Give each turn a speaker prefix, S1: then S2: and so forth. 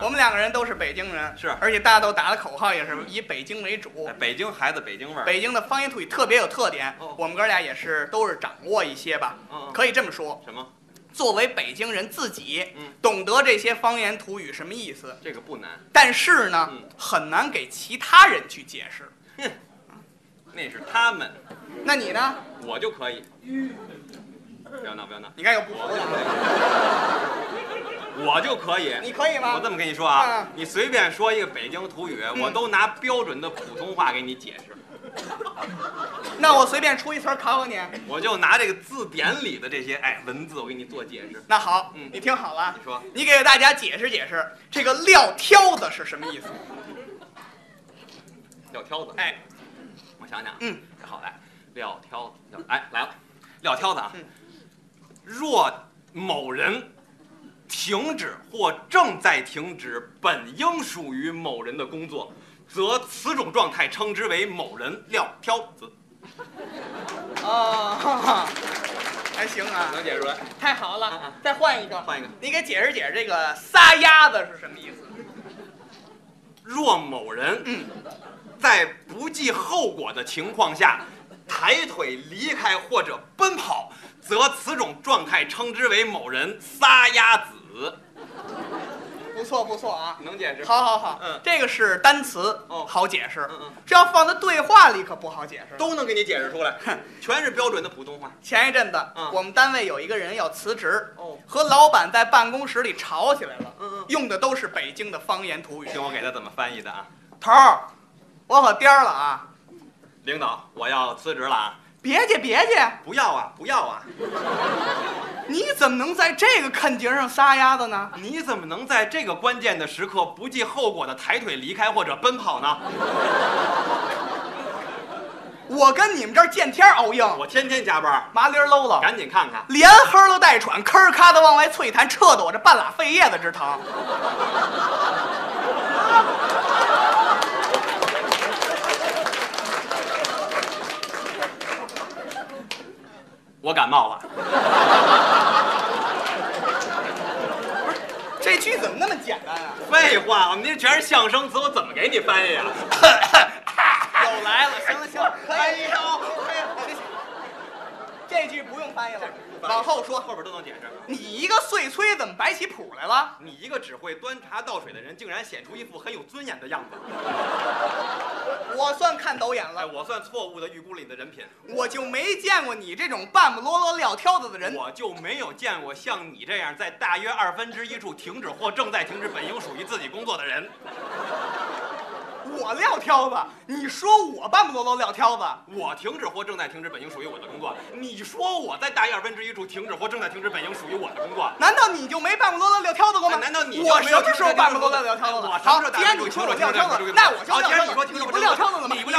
S1: 我们两个人都是北京人，
S2: 啊是嗯
S1: 而且大家都打的口号也是以北京为主
S2: 哎。北京孩子，北京味儿。
S1: 北京的方言土语特别有特点
S2: 哦，
S1: 我们哥俩也是都是掌握一些吧，
S2: 嗯，嗯
S1: 可以这么说。
S2: 什么？
S1: 作为北京人自己
S2: 嗯，
S1: 懂得这些方言土语什么意思，
S2: 这个不难，
S1: 但是呢
S2: 嗯，
S1: 很难给其他人去解释。
S2: 那是他们，
S1: 那你呢？
S2: 我就可以。不要闹，不要闹，
S1: 你看又不服
S2: 我就
S1: 了，
S2: 可以，我就可以。
S1: 你可以吗
S2: 我？这么跟你说啊
S1: 嗯，
S2: 你随便说一个北京土语，我都拿标准的普通话给你解释。
S1: 那我随便出一词儿考考你。
S2: 我就拿这个字典里的这些哎文字，我给你做解释。
S1: 那好
S2: 嗯，
S1: 你听好了，
S2: 你说
S1: 你给大家解释解释这个“撂挑子”是什么意思？
S2: 撂挑子，
S1: 哎，
S2: 我想啊想，
S1: 嗯，
S2: 好来，撂挑子，撂哎来了，撂挑子啊
S1: 嗯。
S2: 若某人停止或正在停止本应属于某人的工作，则此种状态称之为某人撂挑子。
S1: 哦，哈哈还行啊，
S2: 能解释出来？
S1: 太好
S2: 嗯
S1: 了
S2: 嗯，
S1: 再换一个，
S2: 换一个，
S1: 你给解释解释这个“撒丫子”是什么意思？
S2: 若某人在不计后果的情况下抬腿离开或者奔跑，则此种状态称之为某人撒丫子。
S1: 不错不错啊，
S2: 能解释？
S1: 好好好，
S2: 嗯
S1: 这个是单词，
S2: 哦
S1: 好解释
S2: 嗯嗯，
S1: 这要放在对话里可不好解释。
S2: 都能给你解释出来
S1: 哼，
S2: 全是标准的普通话。
S1: 前一阵子
S2: 嗯，
S1: 我们单位有一个人要辞职，
S2: 哦，
S1: 和老板在办公室里吵起来了，
S2: 嗯嗯，
S1: 用的都是北京的方言土语。
S2: 听我给他怎么翻译的啊？
S1: 头儿，我可颠儿了啊！
S2: 领导，我要辞职了啊！
S1: 别介别介，
S2: 不要啊，不要啊！
S1: 你怎么能在这个坎节上撒丫子呢？
S2: 你怎么能在这个关键的时刻不计后果的抬腿离开或者奔跑呢？
S1: 我跟你们这儿见天儿熬硬，
S2: 我天天加班，
S1: 麻溜儿搂搂，
S2: 赶紧看看。
S1: 连哼儿都带喘，吭儿咔的往外啐痰，撤得我这半拉肺叶子直疼。
S2: 我感冒了，
S1: 这句怎么那么简单啊？
S2: 废话，我们这全是象声词，我怎么给你翻译啊？
S1: 又来了，行了行了，可以
S2: 哎呦
S1: 可以，这句不用翻译了，
S2: 翻译
S1: 往后说。
S2: 后边都能解释。
S1: 你一个碎催，怎么摆起谱来了？
S2: 你一个只会端茶倒水的人，竟然显出一副很有尊严的样子。
S1: 我算看走眼
S2: 哎，
S1: 了，
S2: 我算错误的预估了你的人品，
S1: 我就没见过你这种半不啰啰撂挑子的人。
S2: 我就没有见过像你这样在大约二分之一处停止或正在停止本应属于自己工作的人。
S1: 我撂挑子，你说我半不啰啰撂挑子，
S2: 我停止或正在停止本应属于我的工作，你说我在大约二分之一处停止或正在停止本应属于我的工作。
S1: 难道你就没半不啰啰撂挑子过吗？
S2: 哎难道你就没有
S1: 我什么时候半不啰啰撂挑子
S2: 我
S1: 了？
S2: 什么
S1: 好
S2: 时候，打
S1: 既然你说我撂挑子，那我就
S2: 啊好，既
S1: 撂
S2: 然你
S1: 挑
S2: 说
S1: 子，
S2: 停止
S1: 你
S2: 我
S1: 不撂挑子了吗？
S2: 你不